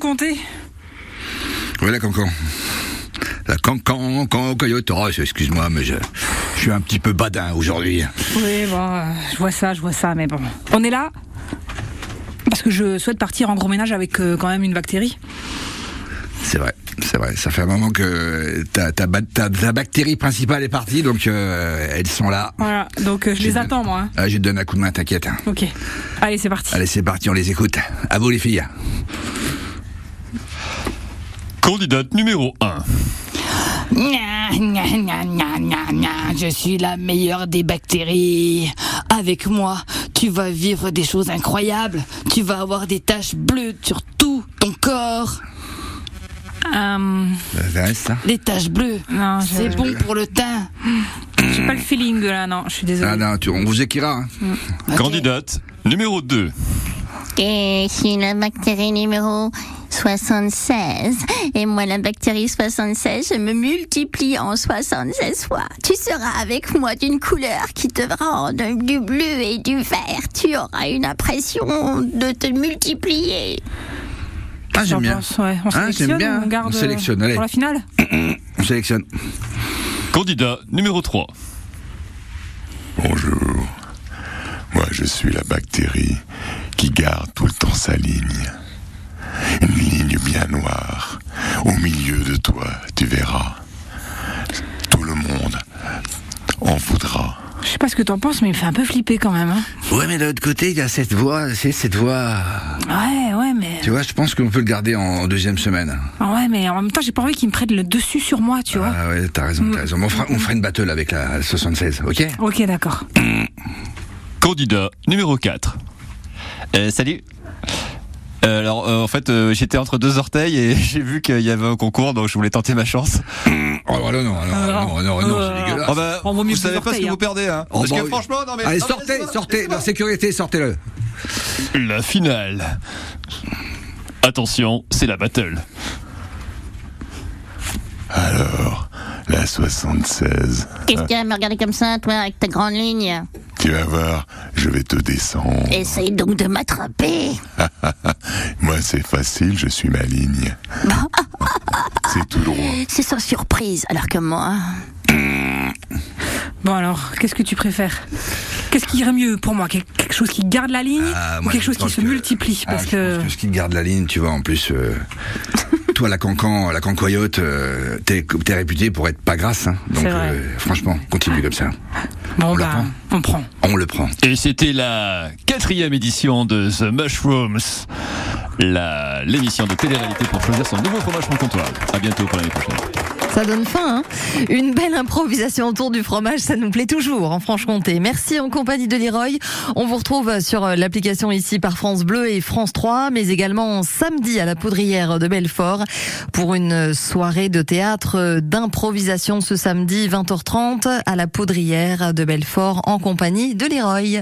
compter Voilà, Cancan. La Cancan, Cancan, Coyote. Oh, excuse-moi, mais je, je suis un petit peu badin aujourd'hui. Oui, bon, euh, je vois ça, je vois ça, mais bon. On est là Parce que je souhaite partir en gros ménage avec euh, quand même une bactérie. C'est vrai, c'est vrai. Ça fait un moment que ta, ta, ba- ta- ta bactérie principale est partie, donc euh, elles sont là. Voilà, donc euh, je J'ai les de- attends, moi. hein. Ah, je te donne un coup de main, t'inquiète. Ok. Allez, c'est parti. Allez, c'est parti, on les écoute. À vous, les filles. Candidate numéro 1. Gna, gna, gna, gna, gna, gna. Je suis la meilleure des bactéries. Avec moi, tu vas vivre des choses incroyables. Tu vas avoir des taches bleues sur tout ton corps. Euh, Ça reste, ça Des taches bleues. non, je- C'est bon pour le teint. j'ai pas le feeling de là, non, je suis désolée. Ah non, tu- on vous écrira. hein. Ok. Candidate numéro 2. Et je suis la bactérie numéro 76. Et moi, la bactérie 76, je me multiplie en 76 fois. Tu seras avec moi d'une couleur qui te rende du bleu et du vert. Tu auras une impression de te multiplier. Ah, j'aime J'en bien. pense, ouais. On Ah, j'aime sélectionne, bien. on garde euh, On sélectionne, allez. pour la finale On sélectionne. Candidat numéro 3. Bonjour. Moi, je suis la bactérie qui garde tout le temps sa ligne. Une ligne bien noire. Au milieu de toi, tu verras. Tout le monde en voudra. Je sais pas ce que t'en penses, mais il me fait un peu flipper quand même. hein. Ouais, mais de l'autre côté, il y a cette voix, c'est cette voix. Ouais, ouais, mais. Tu vois, je pense qu'on peut le garder en deuxième semaine. Ah ouais, mais en même temps, j'ai pas envie qu'ils me prennent le dessus sur moi, tu vois. Ah ouais, t'as raison, t'as raison. Mais On fera, on fera une battle avec la 76, ok Ok, d'accord. Candidat numéro 4. Euh, salut. Euh, alors euh, en fait euh, j'étais entre deux orteils et j'ai vu qu'il y avait un concours donc je voulais tenter ma chance. Oh là là, non, non, non, non, Euh, non, c'est Ah, dégueulasse. Oh bah, On vaut mieux vous que savez des pas ce orteils, que hein. vous perdez hein. Oh Parce bah que oui. franchement non mais Allez, non, mais sortez, laissez-moi, sortez, laissez-moi. la sécurité, sortez-le. La finale. Attention, c'est la battle. Alors, la 76, Qu'est-ce qu'il y a à me regarder comme ça, toi, avec ta grande ligne tu vas voir, je vais te descendre. Essaye donc de m'attraper. Moi, c'est facile, je suis ma ligne. c'est tout droit. C'est sans surprise, alors que moi... Bon, alors, qu'est-ce que tu préfères Qu'est-ce qui irait mieux pour moi Quel- Quelque chose qui garde la ligne Ah, ou moi, quelque je chose qui pense se que- multiplie Ah, Parce je que. pense ce qui garde la ligne, tu vois, en plus. euh, toi, la cancan, la cancoyote, euh, t'es t'es réputé pour être pas grasse. hein. Donc, C'est vrai. euh, franchement, continue comme ça. Bon, on la bah, on prend. On le prend. Et c'était la quatrième édition de The Mushrooms, la- l'émission de télé-réalité pour choisir son nouveau fromage franc-comtois. À bientôt pour l'année prochaine. Ça donne faim, hein Une belle improvisation autour du fromage, ça nous plaît toujours en Franche-Comté. Merci en compagnie de Leroy. On vous retrouve sur euh, l'application ici par France Bleu et France 3, mais également samedi à la Poudrière de Belfort pour une soirée de théâtre euh, d'improvisation ce samedi 20h30 à la Poudrière de Belfort en compagnie de Leroy.